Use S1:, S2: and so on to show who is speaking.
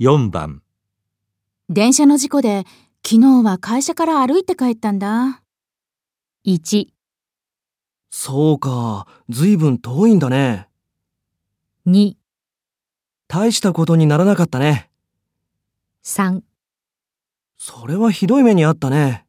S1: 4番、
S2: 電車の事故で昨日は会社から歩いて帰ったんだ。1、
S3: そうか、ずいぶん遠いんだね。
S2: 2、
S3: 大したことにならなかったね。
S2: 3
S3: それはひどい目にあったね。